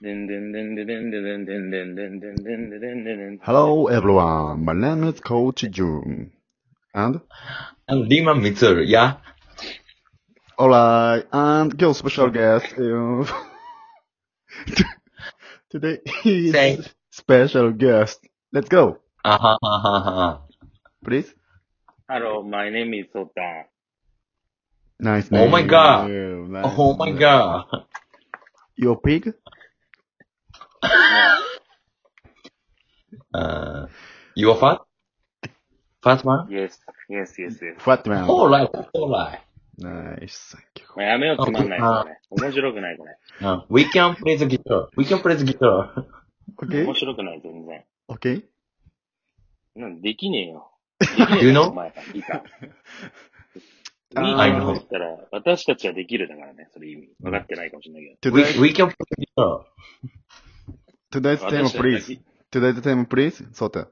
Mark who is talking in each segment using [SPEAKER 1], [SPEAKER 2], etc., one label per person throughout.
[SPEAKER 1] でんでんでんでんでんでんでんでんでんでんでんでんでんでんでん。
[SPEAKER 2] Hello everyone, my name is Coach Jun. And,
[SPEAKER 3] And Lehman Mitsuel, yeah?
[SPEAKER 2] alright, and your special guest. uh, Today is
[SPEAKER 3] Thanks.
[SPEAKER 2] special guest. Let's go,
[SPEAKER 3] あはははは。
[SPEAKER 2] please.
[SPEAKER 1] Hello, my name is Sotan.
[SPEAKER 2] Nice
[SPEAKER 3] Oh
[SPEAKER 2] name.
[SPEAKER 3] my god.
[SPEAKER 2] Yeah, nice
[SPEAKER 3] Oh my
[SPEAKER 2] name.
[SPEAKER 3] god.
[SPEAKER 2] Your pig?
[SPEAKER 3] Uh, your fat? Fat man?
[SPEAKER 1] Yes, yes, yes, yes.
[SPEAKER 2] Fat man.
[SPEAKER 3] Alright, alright.
[SPEAKER 2] Nice, thank you.
[SPEAKER 1] まあやめよう、つまんないですね。面白くない、これ。
[SPEAKER 3] Uh, we can play the guitar. We can play the guitar.
[SPEAKER 1] 面
[SPEAKER 2] Okay,
[SPEAKER 1] 白くない、全然。
[SPEAKER 2] okay.
[SPEAKER 1] なんできねえよ。できねえ
[SPEAKER 3] You know?
[SPEAKER 1] よ、お前ら。いいか。
[SPEAKER 2] あー
[SPEAKER 1] いいかと思ったら、私たちはできるだからね、それ意味。分かってないかもしれないけ
[SPEAKER 3] We,
[SPEAKER 2] Today,
[SPEAKER 3] we can play the guitar.
[SPEAKER 2] today's
[SPEAKER 1] ど。私
[SPEAKER 2] theme,
[SPEAKER 1] たちはで
[SPEAKER 2] please.
[SPEAKER 1] き
[SPEAKER 2] Today's theme, please. Sota.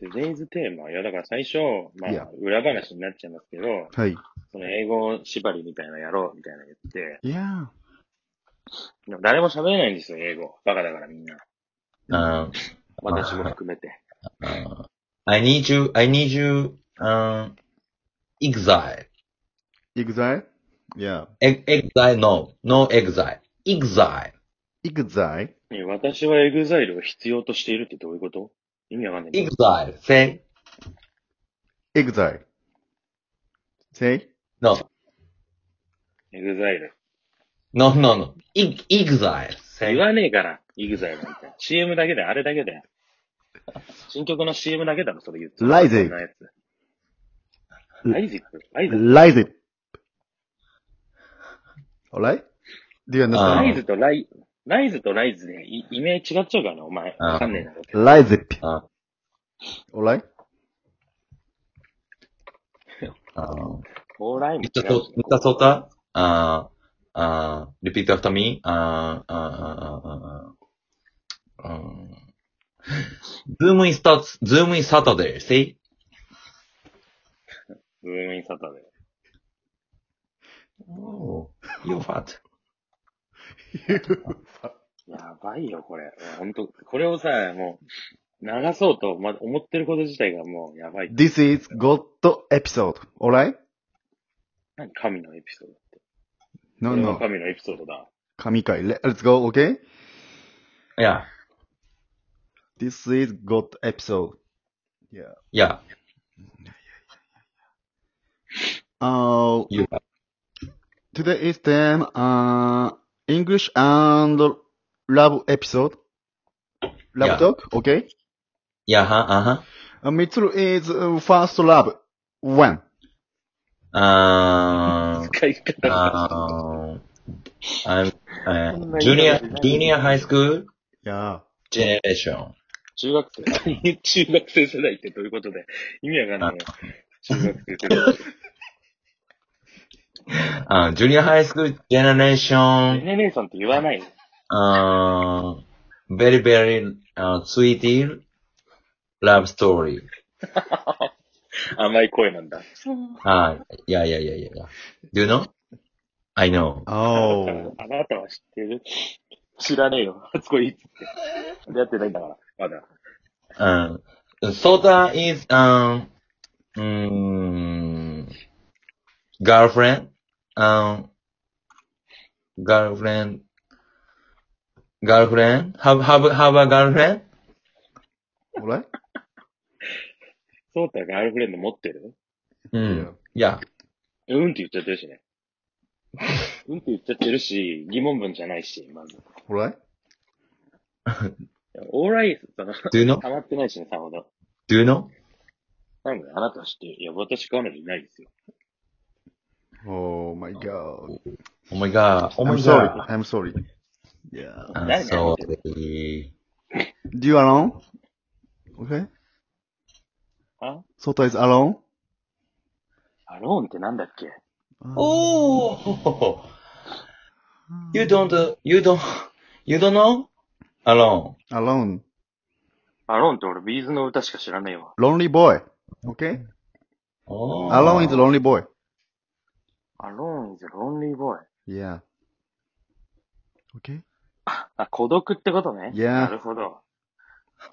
[SPEAKER 1] Today's テーマいや、だから最初、ま
[SPEAKER 2] い
[SPEAKER 1] あ
[SPEAKER 2] や、
[SPEAKER 1] 裏話になっちゃいますけど、
[SPEAKER 2] Hey.
[SPEAKER 1] その英語縛りみたいなのやろう、みたいなの言って、
[SPEAKER 2] Yeah.
[SPEAKER 1] でも誰も喋れないんですよ、英語。バカだからみんな。
[SPEAKER 3] Uh,
[SPEAKER 1] 私も含めて。
[SPEAKER 3] uh, I need you, I need you, um, exile.
[SPEAKER 2] Exile? Yeah.
[SPEAKER 3] E- exile, no. No exile. Exile.
[SPEAKER 2] Exile?
[SPEAKER 1] ね私はエグザイルを必要としているってどういうこと意味わかんないけど。
[SPEAKER 3] Exile. Say,
[SPEAKER 2] Exile. Say?
[SPEAKER 3] no.
[SPEAKER 1] エグザイル。
[SPEAKER 3] No, no, no. E- exile.
[SPEAKER 1] 言
[SPEAKER 3] Say,
[SPEAKER 1] わねえから、エグザイルなんて。CM だけだよ、あれだけだよ。新曲の CM だけだろ、それ言って。
[SPEAKER 2] ライゼック
[SPEAKER 1] そんなやつライゼックライゼック
[SPEAKER 2] Lies it. Alright? Do you
[SPEAKER 3] あ
[SPEAKER 1] ラ
[SPEAKER 2] understand?
[SPEAKER 1] イズとライ、ライズとライズでイイメージ違っちゃうからね、お前。
[SPEAKER 3] あ
[SPEAKER 1] わかんねえな。
[SPEAKER 2] Ah. Lies it.
[SPEAKER 3] uh,
[SPEAKER 2] Alright?
[SPEAKER 3] uh,
[SPEAKER 1] オーライも違
[SPEAKER 3] Mr.
[SPEAKER 1] うし
[SPEAKER 3] So- Mr. Sota, uh, uh, repeat after me. Uh, uh, uh, uh, uh, uh, Zoom in starts, Zoom in Saturday, see?
[SPEAKER 1] ズームインサタで。
[SPEAKER 3] Oh, you fat.
[SPEAKER 1] やばいよ、これ。ほんと、これをさ、もう、流そうと、ま、思ってること自体がもう、やばい。
[SPEAKER 2] This is God episode. Alright?
[SPEAKER 1] 何神のエピソードって。
[SPEAKER 2] No,
[SPEAKER 1] これは
[SPEAKER 2] no.
[SPEAKER 1] 神のエピソードだ。
[SPEAKER 2] Kamikai. Let- Let's go, okay?
[SPEAKER 3] Yeah,
[SPEAKER 2] This is God episode.
[SPEAKER 3] yeah,
[SPEAKER 2] Uh,
[SPEAKER 3] you fat.
[SPEAKER 2] today is them, uh, English and love episode. Love
[SPEAKER 3] Yeah.
[SPEAKER 2] talk, okay?
[SPEAKER 3] Yeah, huh, uh-huh.
[SPEAKER 2] Uh, Mitsuru is uh, first love. When?
[SPEAKER 3] Uh,
[SPEAKER 1] 使い方が。
[SPEAKER 3] uh, I'm, uh, junior, junior high school
[SPEAKER 2] Yeah.
[SPEAKER 3] generation.
[SPEAKER 1] 中学生。 中学生世代ってどういうことで。意味わかんないよ。中学生世代。
[SPEAKER 3] Uh, junior high school
[SPEAKER 1] ジェ
[SPEAKER 3] generation.
[SPEAKER 1] ネレーションって言わないよ。
[SPEAKER 3] uh, very, very uh, sweet love story.
[SPEAKER 1] 甘い声なんだ。
[SPEAKER 3] Uh, yeah, yeah, yeah, yeah, yeah. Do you know? I know.
[SPEAKER 2] Oh.
[SPEAKER 1] あなたは知ってる知らねえよ。初恋いつって。出会ってないんだから、まだ。
[SPEAKER 3] Um, Sota is um, mm, girlfriend. Um, girlfriend. Girlfriend. Have have have a girlfriend?
[SPEAKER 2] Alright?
[SPEAKER 1] ソータがガールフレンド持ってる
[SPEAKER 3] Mm. Yeah.
[SPEAKER 1] うんって言っちゃってるしね。 うんって言っちゃってるし、疑問文じゃないし、まず。
[SPEAKER 2] Alright?
[SPEAKER 1] オーライス、そ の、
[SPEAKER 3] Do you know?
[SPEAKER 1] ハマってないしね、さほど。
[SPEAKER 3] Do you know?
[SPEAKER 1] なんで、あなたは知ってる。いや、私彼女いないですよ。
[SPEAKER 2] Oh my god.
[SPEAKER 3] Oh my god. Oh my
[SPEAKER 2] I'm sorry.
[SPEAKER 3] god. Uh,
[SPEAKER 2] I'm sorry. Yeah.
[SPEAKER 3] I'm
[SPEAKER 1] 誰だよ
[SPEAKER 3] sorry.
[SPEAKER 2] Do you alone? Okay.
[SPEAKER 1] あ
[SPEAKER 2] Sota is alone?
[SPEAKER 1] アローンってなんだっけ
[SPEAKER 3] Oh, you don't, uh, you don't, you don't know? Alone.
[SPEAKER 2] Alone.
[SPEAKER 1] アローンって俺、ビーズの歌しか知らねえわ。
[SPEAKER 2] Lonely boy. Okay?
[SPEAKER 3] Oh.
[SPEAKER 2] Alone is lonely boy.
[SPEAKER 1] アローン is a lonely boy.
[SPEAKER 2] Yeah. Okay?
[SPEAKER 1] あ、孤独ってことね。
[SPEAKER 2] いやー
[SPEAKER 1] なるほど。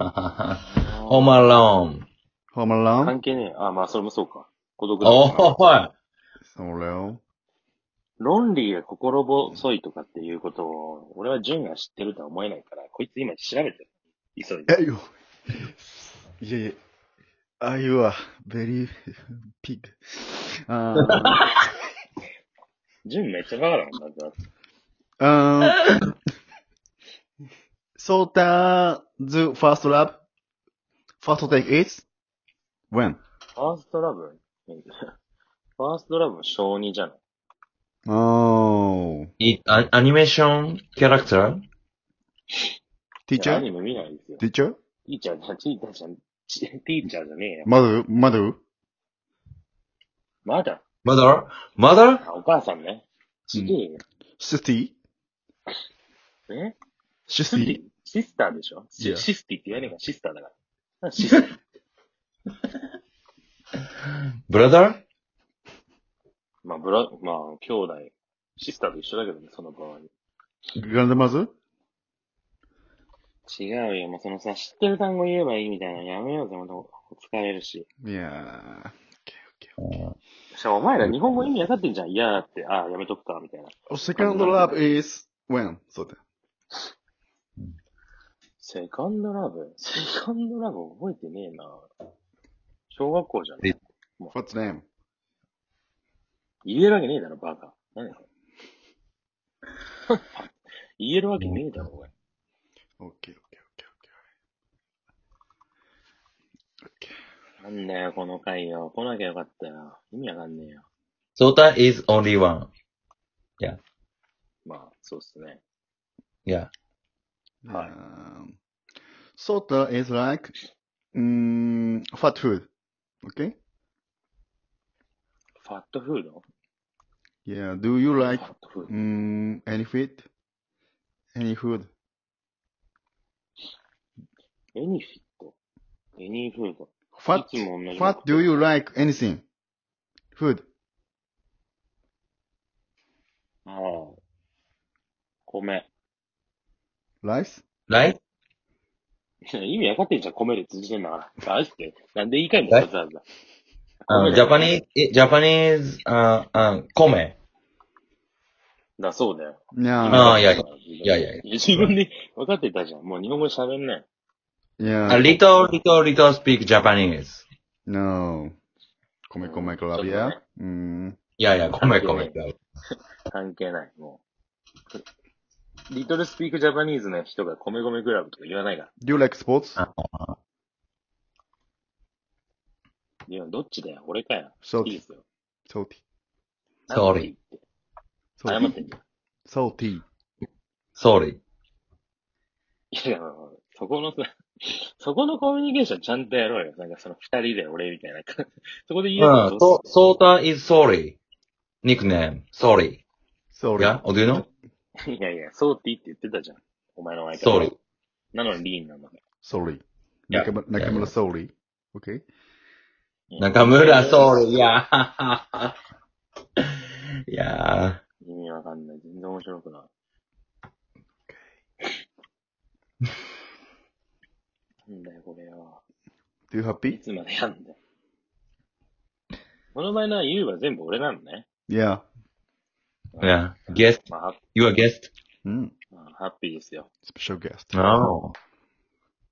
[SPEAKER 3] Home Alone.
[SPEAKER 2] Home Alone?
[SPEAKER 1] 関係ねえ。あ、まあ、それもそうか。孤独だもんな
[SPEAKER 3] お ーい。
[SPEAKER 2] それを。
[SPEAKER 1] ロンリーが心細いとかっていうことを、俺は純が知ってるとは思えないから、こいつ今調べてる。急いで。
[SPEAKER 2] え、 よ。いやいや。あ、you Ah, are very Uh, pig. あー
[SPEAKER 1] 純めっちゃバカだもんな。
[SPEAKER 2] あー。So the, the first lap, first take is? When?
[SPEAKER 1] ファーストラブファーストラブ小2じゃない
[SPEAKER 2] Oh.
[SPEAKER 3] いアアニメーションキャラクター
[SPEAKER 1] いやア
[SPEAKER 2] Teacher?
[SPEAKER 1] ニメ見ないですよ。テ
[SPEAKER 2] Teacher?
[SPEAKER 1] ィーチャーじゃん、ティーチャーじゃん、チティーチャーじゃねえよ。
[SPEAKER 2] Mother? Mother?
[SPEAKER 1] まだ、
[SPEAKER 3] ?Mother? Mother?
[SPEAKER 1] あお母さんね。ちげえよ。
[SPEAKER 2] Sister?
[SPEAKER 1] えシステ
[SPEAKER 2] Sister?
[SPEAKER 1] ィシスターでしょシ
[SPEAKER 3] Yeah.
[SPEAKER 1] システィって言わねえからシスターだから。シスター。
[SPEAKER 3] Brother?
[SPEAKER 1] まあ、ブラ、まあ、兄弟。シスターと一緒だけどね、その場合。
[SPEAKER 2] Grandmother?
[SPEAKER 1] 違うよ、もうそのさ、知ってる単語言えばいいみたいなのやめようぜ、また使えるし。
[SPEAKER 2] Yeah.
[SPEAKER 1] しかもお前ら日本語意味わかってんじゃん。いやーって、ああ、やめとくか、みたいな。
[SPEAKER 2] Oh, Second lap is when? そうだ。
[SPEAKER 1] セカンドラブセカンドラブ覚えてねえな。小学校じゃねえ。
[SPEAKER 2] What's name?
[SPEAKER 1] 言えるわけねえだろ、バカ。何だよ言えるわけねえだろ、お前。
[SPEAKER 2] Okay, okay, okay, okay.
[SPEAKER 1] なんだよ、この回よ。来なきゃよかったよ。意味わかんねえよ。
[SPEAKER 3] Sota is only one.
[SPEAKER 1] まあ、そうっすね。
[SPEAKER 3] Yeah.
[SPEAKER 1] Hi.
[SPEAKER 2] Um, Sota is like mm, fat food. Okay?
[SPEAKER 1] ファットフード
[SPEAKER 2] Yeah. Do you
[SPEAKER 1] ファ
[SPEAKER 2] like
[SPEAKER 1] ットフード。
[SPEAKER 2] mm, any food? Any food?
[SPEAKER 1] エニフィット。エニーフード。い
[SPEAKER 2] Fat,
[SPEAKER 1] つも同じ。
[SPEAKER 2] fat, do you like anything? Food?
[SPEAKER 1] ああ。米。
[SPEAKER 2] Rice?
[SPEAKER 3] Right?
[SPEAKER 1] 意味わかってんじゃん、米で通じてんだから。あいって。なんで言い換えんだよ、わざわざ。米
[SPEAKER 3] Uh,
[SPEAKER 1] だよ
[SPEAKER 3] Japanese, eh, Japanese, uh, uh, kome.
[SPEAKER 1] だ、そうだよ。
[SPEAKER 2] Yeah.
[SPEAKER 1] Uh,
[SPEAKER 3] ああいやいやいやいや
[SPEAKER 1] 自分で分かってたじゃん。もう日本語喋んない。
[SPEAKER 3] A
[SPEAKER 2] yeah.
[SPEAKER 3] little, little, little speak Japanese.
[SPEAKER 2] No. Come, come, club, yeah? Mm.
[SPEAKER 3] Yeah, yeah, kome, kome.
[SPEAKER 1] 関係ない。もう。リトルスピークジャパニーズの人が米米クラブとか言わないから。
[SPEAKER 2] Do you like sports?
[SPEAKER 1] Uh, いや、どっちだよ俺かよ。
[SPEAKER 2] そう
[SPEAKER 1] いいですよ。
[SPEAKER 2] Salty.
[SPEAKER 3] ソーリ
[SPEAKER 1] 謝ってん
[SPEAKER 2] Salty.
[SPEAKER 1] じゃん。
[SPEAKER 2] Salty.
[SPEAKER 3] Sorry.
[SPEAKER 1] いや、そこのさ、 そこのコミュニケーションちゃんとやろうよ。なんかその二人で俺みたいな。そこで言えば
[SPEAKER 3] Uh, so, Sota is sorry. Nickname, sorry.
[SPEAKER 2] Sorry.
[SPEAKER 3] Yeah? Oh, do you know?
[SPEAKER 1] いやいや、そうって言って言ってたじゃん。お前の前から。
[SPEAKER 3] Sorry.
[SPEAKER 1] なのにリーンなんだか
[SPEAKER 2] Sorry.
[SPEAKER 3] Yeah.
[SPEAKER 2] Nakamura,
[SPEAKER 3] Yeah,
[SPEAKER 2] Nakamura
[SPEAKER 3] yeah.
[SPEAKER 2] sorry. Okay.
[SPEAKER 1] ら。
[SPEAKER 3] Nakamura, sorry. Yeah. yeah.
[SPEAKER 1] 意味わかんない。全然面白くない。なんだよ、これよ。
[SPEAKER 2] Do you
[SPEAKER 1] い
[SPEAKER 2] happy?
[SPEAKER 1] つまでやんだよ。この前の言うは全部俺なのね。
[SPEAKER 2] Yeah.
[SPEAKER 3] Yeah. Guest.
[SPEAKER 1] まあ、ハ
[SPEAKER 3] You are guest.
[SPEAKER 2] Mm.
[SPEAKER 1] まあハッピーですよ。
[SPEAKER 2] Special guest.
[SPEAKER 3] No.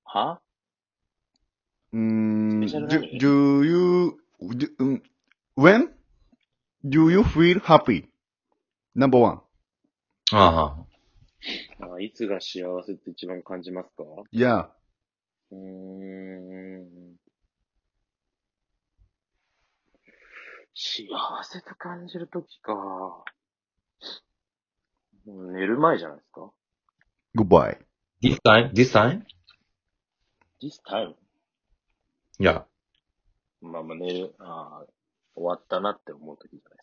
[SPEAKER 1] は
[SPEAKER 2] Mm,
[SPEAKER 1] Special
[SPEAKER 2] do,
[SPEAKER 1] honey.
[SPEAKER 2] do you do, um, when do you feel happy? Number one.
[SPEAKER 3] Uh-huh.
[SPEAKER 1] あいつが幸せって一番感じますか
[SPEAKER 2] Yeah.
[SPEAKER 1] うーん。幸せと感じるときか。もう寝る前じゃないですか
[SPEAKER 2] Goodbye.
[SPEAKER 3] This time, this time?
[SPEAKER 1] ?this time?
[SPEAKER 3] Yeah.
[SPEAKER 1] まあまあ寝る、ああ、終わったなって思うときじゃないですか。